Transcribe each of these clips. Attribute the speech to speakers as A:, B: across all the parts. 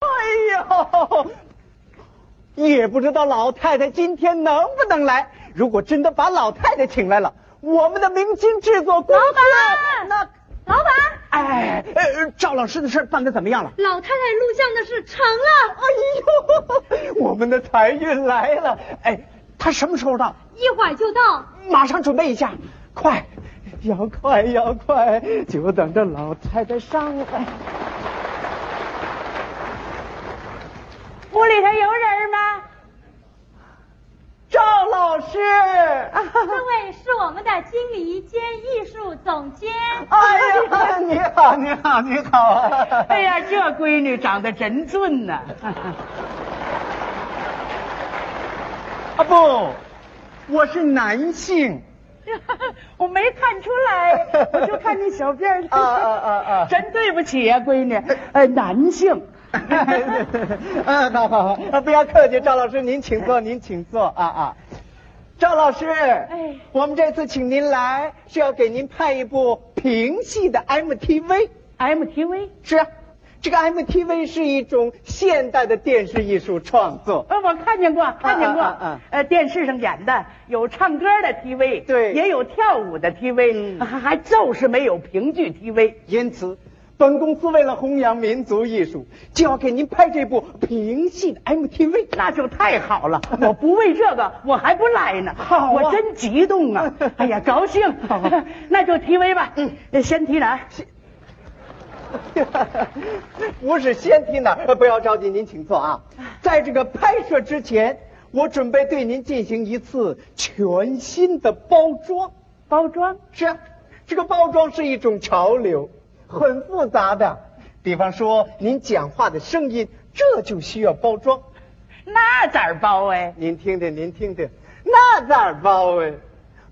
A: 哎也不知道老太太今天能不能来。如果真的把老太太请来了，我们的明星制作公司
B: 老板
A: 那
B: 老板，
A: 哎，呃，赵老师的事儿办的怎么样了？
B: 老太太录像的事成了，
A: 哎呦，我们的财运来了！哎，他什么时候到？
B: 一会儿就到。
A: 马上准备一下，快，要快要快，就等着老太太上来。
C: 屋里头有人吗？
A: 赵老师，
B: 这位是我们的经理兼艺术总监，
A: 哎呀，你好，你好，你好啊！
C: 哎，呀，这闺女长得真俊呐、
A: 啊不，我是男性。
C: 我没看出来，我就看你小辫儿。
A: 啊啊啊 啊
C: 真对不起呀、闺女，呃，男 性。
A: 啊，好好好，啊不要客气，赵老师，您请坐，您请坐啊啊。赵老师，哎，我们这次请您来是要给您拍一部评戏的 MTV。
C: MTV，
A: 是啊，这个 MTV 是一种现代的电视艺术创作。
C: 呃，我看见过，看见过，
A: 啊啊啊
C: 呃，电视上演的有唱歌的 TV，
A: 对嗯
C: 也有跳舞的 TV，、还还就是没有评剧 TV。
A: 因此，本公司为了弘扬民族艺术，就要给您拍这部评戏的 MTV。
C: 那就太好了！我不为这个，我还不赖呢。
A: 好啊
C: 我真激动啊！哎呀，高兴。 那就提围吧。嗯，先提哪儿？
A: 不是先提哪儿，呃不要着急，您请坐啊。在这个拍摄之前，我准备对您进行一次全新的包装。
C: 包装。
A: 是啊，这个包装是一种潮流，很复杂的。比方说您讲话的声音，这就需要包装。
C: 那咋儿包哎？
A: 您听听，您听听，那咋包哎？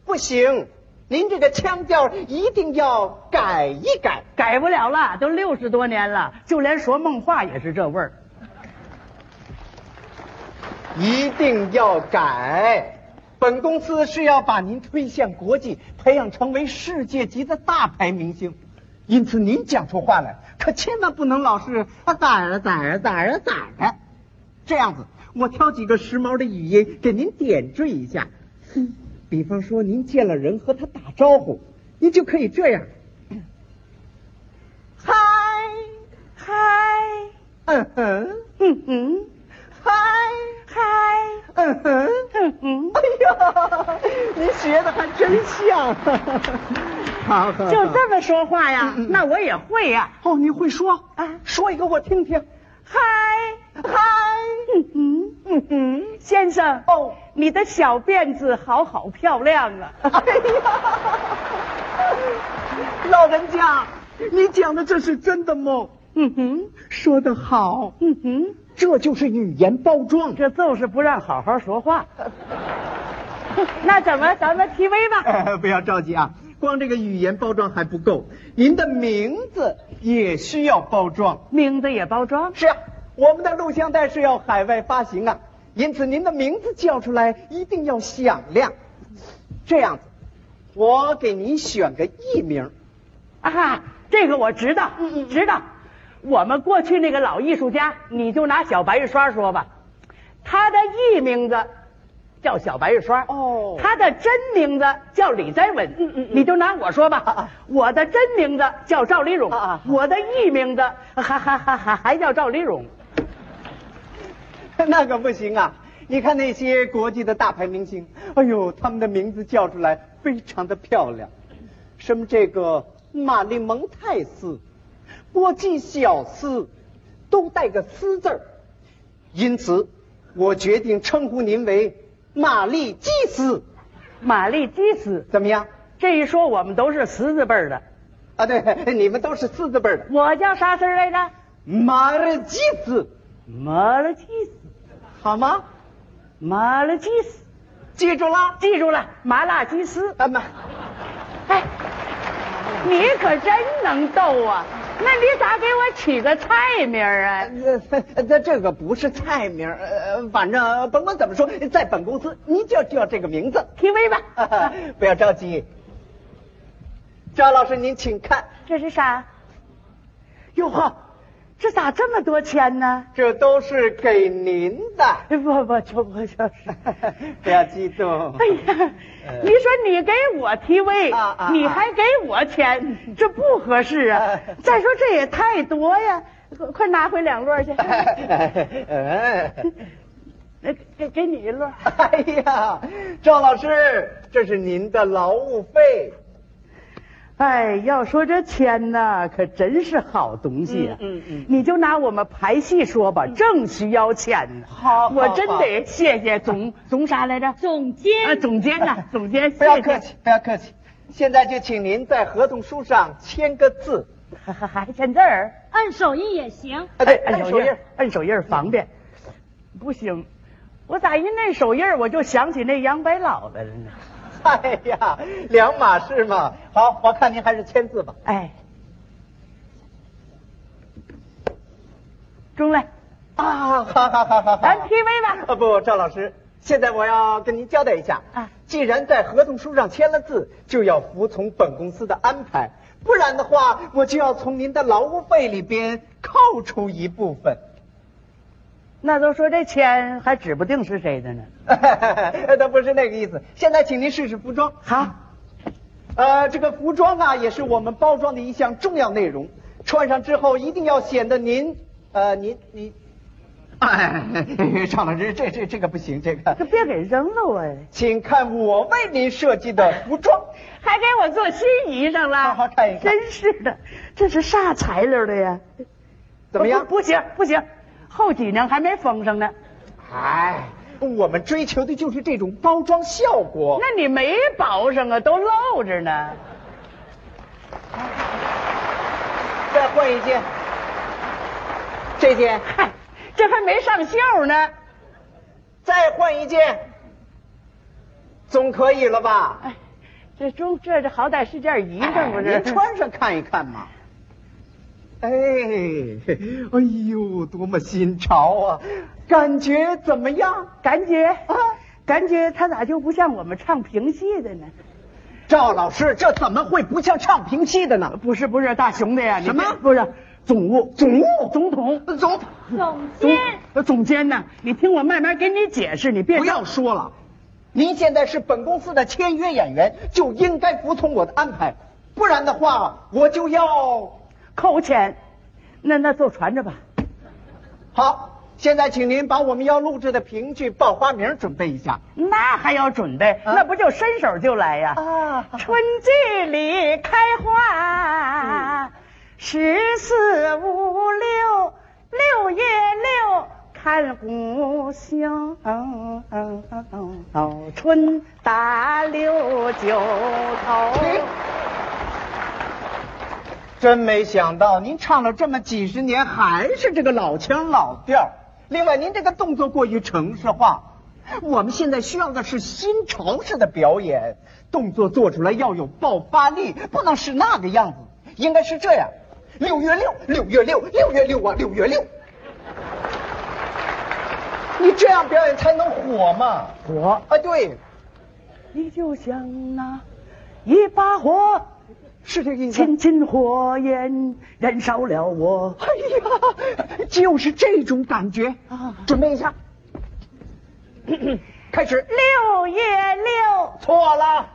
A: 不行，您这个腔调一定要改一改。
C: 改不了了，都六十多年了，就连说梦话也是这味儿。
A: 一定要改。本公司是要把您推向国际，培养成为世界级的大牌明星，因此您讲出话来可千万不能老是啊咋儿啊咋儿啊咋儿啊咋儿啊，这样子我挑几个时髦的语音给您点缀一下。比方说您见了人和他打招呼，您就可以这样，
C: 嗨嗨，
A: 嗯哼，
C: 嗯嗯，
A: 嗨，
C: 嗨，
A: 嗯哼，
C: 嗯嗯，
A: 哎呀，您学的还真 像，好，好
C: 就
A: 好
C: 这么说话呀？那我也会呀。
A: 哦，你会说
C: 啊
A: 说一个我听听。
C: 嗨嗨，嗯嗯嗯嗯，先生，
A: 哦，
C: 你的小辫子好好漂亮啊！
A: 哎 呀，老人家，你讲的这是真的吗？
C: 嗯哼，
A: 说得好，
C: 嗯哼，
A: 这就是语言包装。
C: 这就是不让好好说话。那怎么，咱们 TV 吧？
A: 哎， 不要着急啊，光这个语言包装还不够，您的名字也需要包装。
C: 名字也包装，
A: 是啊，我们的录像带是要海外发行啊，因此您的名字叫出来一定要响亮。这样子，我给您选个艺名。
C: 啊，这个我知道，
A: 嗯嗯
C: 知道。我们过去那个老艺术家，你就拿小白玉刷说吧，他的艺名字叫小白玉刷，
A: 哦
C: 他的真名字叫李在文，嗯嗯，你就拿我说吧，
A: 啊啊
C: 我的真名字叫赵丽蓉，
A: 啊啊
C: 我的艺名字还还还还还叫赵丽蓉，
A: 那可不行啊！你看那些国际的大牌明星，哎呦，他们的名字叫出来非常的漂亮，什么这个玛丽蒙泰斯、波季小斯，都带个“斯”字儿。因此，我决定称呼您为玛丽基斯，
C: 玛丽基斯。
A: 怎么样？
C: 这一说，我们都是十字辈儿的。
A: 啊，对， 你们都是四字辈儿的，
C: 我叫啥字儿来着？
A: 玛丽基斯，
C: 玛丽基斯，
A: 好吗？
C: 玛丽基斯，
A: 记住啦，
C: 记住了，麻辣鸡丝。
A: 啊妈，
C: 哎，你可真能逗啊！那你咋给我起个菜名 儿啊？
A: 哎呃这这这个不是菜名儿，呃，反正甭管怎么说，在本公司您就叫这个名字，
C: 提问吧。
A: 不要着急。赵老师，您请看，
C: 这是啥？
A: 哟呵，
C: 这咋这么多钱呢？
A: 这都是给您的，
C: 哎不不，就不就是。
A: 不要激动。
C: 哎呀，
A: 呃
C: 你说你给我提位
A: 啊啊，
C: 你还给我 钱，这不合适啊
A: 啊！
C: 再说这也太多呀，快快拿回两 摞去，
A: 哎
C: 那给给你一摞。
A: 哎呀，赵老师，这是您的劳务费。
C: 哎，要说这钱呐，可真是好东西呀、
A: 嗯嗯嗯
C: 你就拿我们排戏说吧，正需要钱呢。
A: 好
C: 我
A: 好
C: 真
A: 好嗯
C: 得谢谢 总总啥来着？
B: 哎总监，
C: 啊，总监呐、总监，
A: 不要
C: 谢谢
A: 客气。，不要客气。现在就请您在合同书上签个字。
C: 哎还还还签字儿？
B: 按手印也行。
A: 啊，对，
C: 按
A: 按
C: 手
A: 手
C: 哎印
A: 印
C: 儿。，按手印儿方便。不行，我咋一那手印儿我就想起那杨白老来了呢？
A: 哎呀，两码事嘛。好，我看您还是签字吧。
C: 哎，中来，
A: 啊，好好好好好。
C: 咱 PV 吧。
A: 啊不，赵老师，现在我要跟您交代一下
C: 啊
A: 既然在合同书上签了字，就要服从本公司的安排，不然的话，我就要从您的劳务费里边扣除一部分。
C: 那都说这钱还指不定是谁的呢。
A: 他不是那个意思。现在请您试试服装。
C: 好。
A: 呃，这个服装啊，也是我们包装的一项重要内容。穿上之后，一定要显得您，呃，您您，哎，赵老师，这这这个不行，这个
C: 可，别给扔了我，
A: 请看我为您设计的服装。
C: 还给我做新衣裳了，
A: 好好看一看
C: 真是的，这是啥材料的呀？
A: 怎么样
C: 不不行不行，后脊梁还没缝上呢。
A: 哎，我们追求的就是这种包装效果。
C: 那你没包上啊，都露着呢。
A: 再换一件，这件，
C: 嗨，这还没上袖呢。
A: 再换一件，总可以了吧？
C: 哎，这中这这好歹是件衣
A: 哎
C: 裳不是？
A: 您穿上看一看嘛。哎，哎呦，多么新潮啊！感觉怎么样？
C: 感觉
A: 啊
C: 啊，感觉他咋就不像我们唱评戏的呢？
A: 赵老师，这怎么会不像唱评戏的呢？
C: 不是不是，大熊的呀，你
A: 什么
C: 这不是总务
A: 总务
C: 总统。
A: 总，
B: 总
C: 总
B: 监，
C: 呃总监呐，你听我慢慢给你解释，你别
A: 不要说了，您现在是本公司的签约演员，就应该服从我的安排，不然的话，我就要
C: 扣钱。那那坐船着吧。
A: 好。现在，请您把我们要录制的评剧报花名准备一下。
C: 那还要准备，
A: 啊
C: 那不就伸手就来呀？
A: 啊
C: 春季里开
A: 嗯
C: 花，十四五六六月六看五行，嗯嗯嗯嗯哦，春打六九头。
A: 停真没想到您唱了这么几十年，还是这个老腔老调儿。另外，您这个动作过于程式化，我们现在需要的是新潮式的表演，动作做出来要有爆发力，不能是那个样子，应该是这样：六月六，六月六，六月六啊，六月六。你这样表演才能火嘛？
C: 火，
A: 啊，对，
C: 你就像那一把火。
A: 是这个意思。
C: 亲亲火焰燃烧了我。
A: 哎呀，就是这种感觉
C: 啊
A: 准备一下， 开始。
C: 六月六，
A: 错了，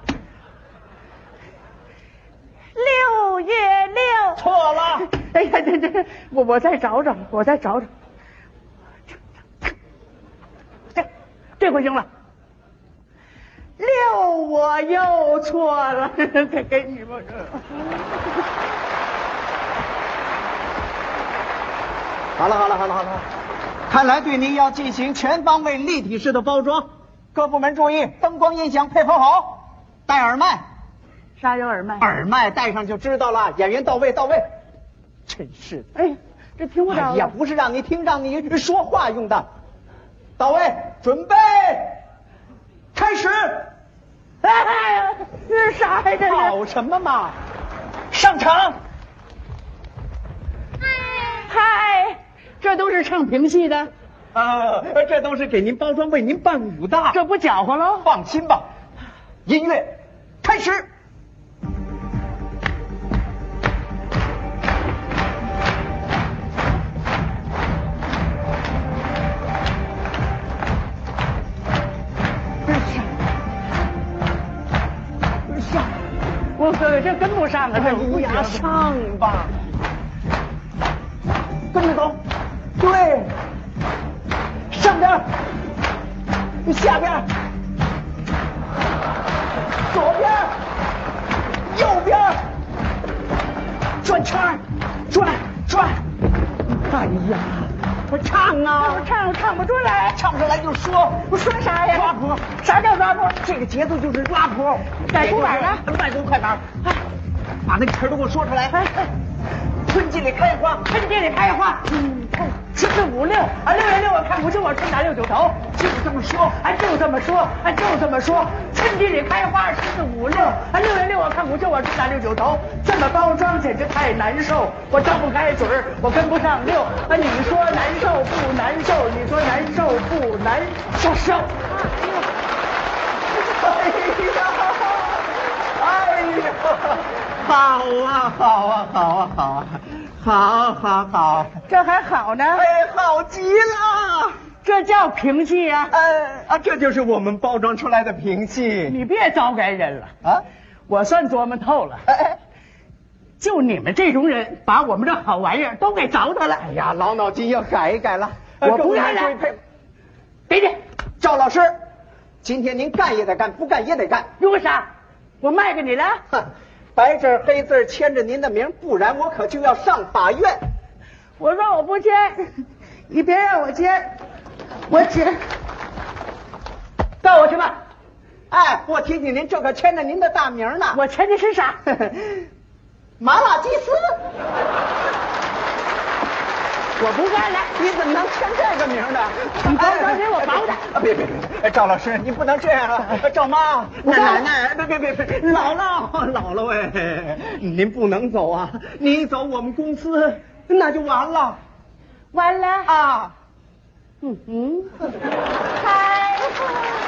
C: 六月六。
A: 错了，
C: 哎呀，这这，我我再找找，我再找找。这这回行了。六，我又错 了，给给你吧。
A: 好了，好了，好了，好了。看来对您要进行全方位立体式的包装，各部门注意，灯光音响配合好，戴耳麦，
C: 啥叫耳麦？
A: 耳麦戴上就知道了。演员到位，到位。真是的，
C: 哎，这听不着
A: 哎呀，
C: 了。
A: 不是让你听，让你说话用的。到位，准备，开始。
C: 哎呀，这是啥呀？这是。
A: 搞什么嘛？上场。
C: 嗨，这都是唱评戏的，
A: 啊，这都是给您包装，为您伴舞的。
C: 这不搅和喽？
A: 放心吧，音乐开始。
C: 对，这跟不上啊，
A: 哎
C: 这
A: 你呀，上吧，跟着走，对，上边儿，下边儿，左边儿，右边儿，转圈儿，转转，哎呀，我唱啊，
C: 唱唱不出来，
A: 唱不出来就说，
C: 我说啥呀？
A: 抓谱，
C: 啥叫抓谱？
A: 这个节奏就是拉谱，
C: 摆出板来
A: 慢工快板，哎，把那个词儿都给我说出来。哎，春季里开花，
C: 春天里开花，嗯，七四五六啊，六月六我看不清，我春打六九头，
A: 就是这么说。
C: 啊，就这么说，啊，就这么说，春天里开花，十四五六啊，六月六我看不清，我春打六九头，这么包装简直太难受，我张不开嘴儿，我跟不上六啊，你说难受不难受？你说难受不难受？受。
A: 哎呀，哎呀，好啊，好啊，好啊，好啊，好好好，
C: 这还好呢，
A: 哎，好极了。
C: 这叫平气啊！
A: 呃啊，这就是我们包装出来的平气
C: 你别糟改人了，
A: 啊。
C: 我算琢磨透了。
A: 哎哎，
C: 就你们这种人，把我们这好玩意儿都给糟蹋了。
A: 哎呀，老脑筋要改一改了。
C: 我不要
A: 更
C: 了
A: 应该追配
C: 给你，
A: 赵老师，今天您干也得干，不干也得干。
C: 用啥？我卖给你了。
A: 哼，白纸黑字签着您的名，不然我可就要上法院。
C: 我说我不签， 你别让我签，我签。告我去吧，
A: 哎，我提醒您，这可签着您的大名呢。
C: 我签的是 啥？
A: 麻辣鸡丝，
C: 我不干了。
A: 你怎么能签这个名呢？
C: 你包装给我
A: 哎
C: 包的
A: 哎别别别，哎赵老师，你不能这样啊！哎赵 妈，
C: 我
A: 奶奶，别别别别，姥姥姥姥喂，您不能走啊！您一走，我们公司那就完了
C: 完了。
A: 啊！
C: 嗯嗯。
B: 开花。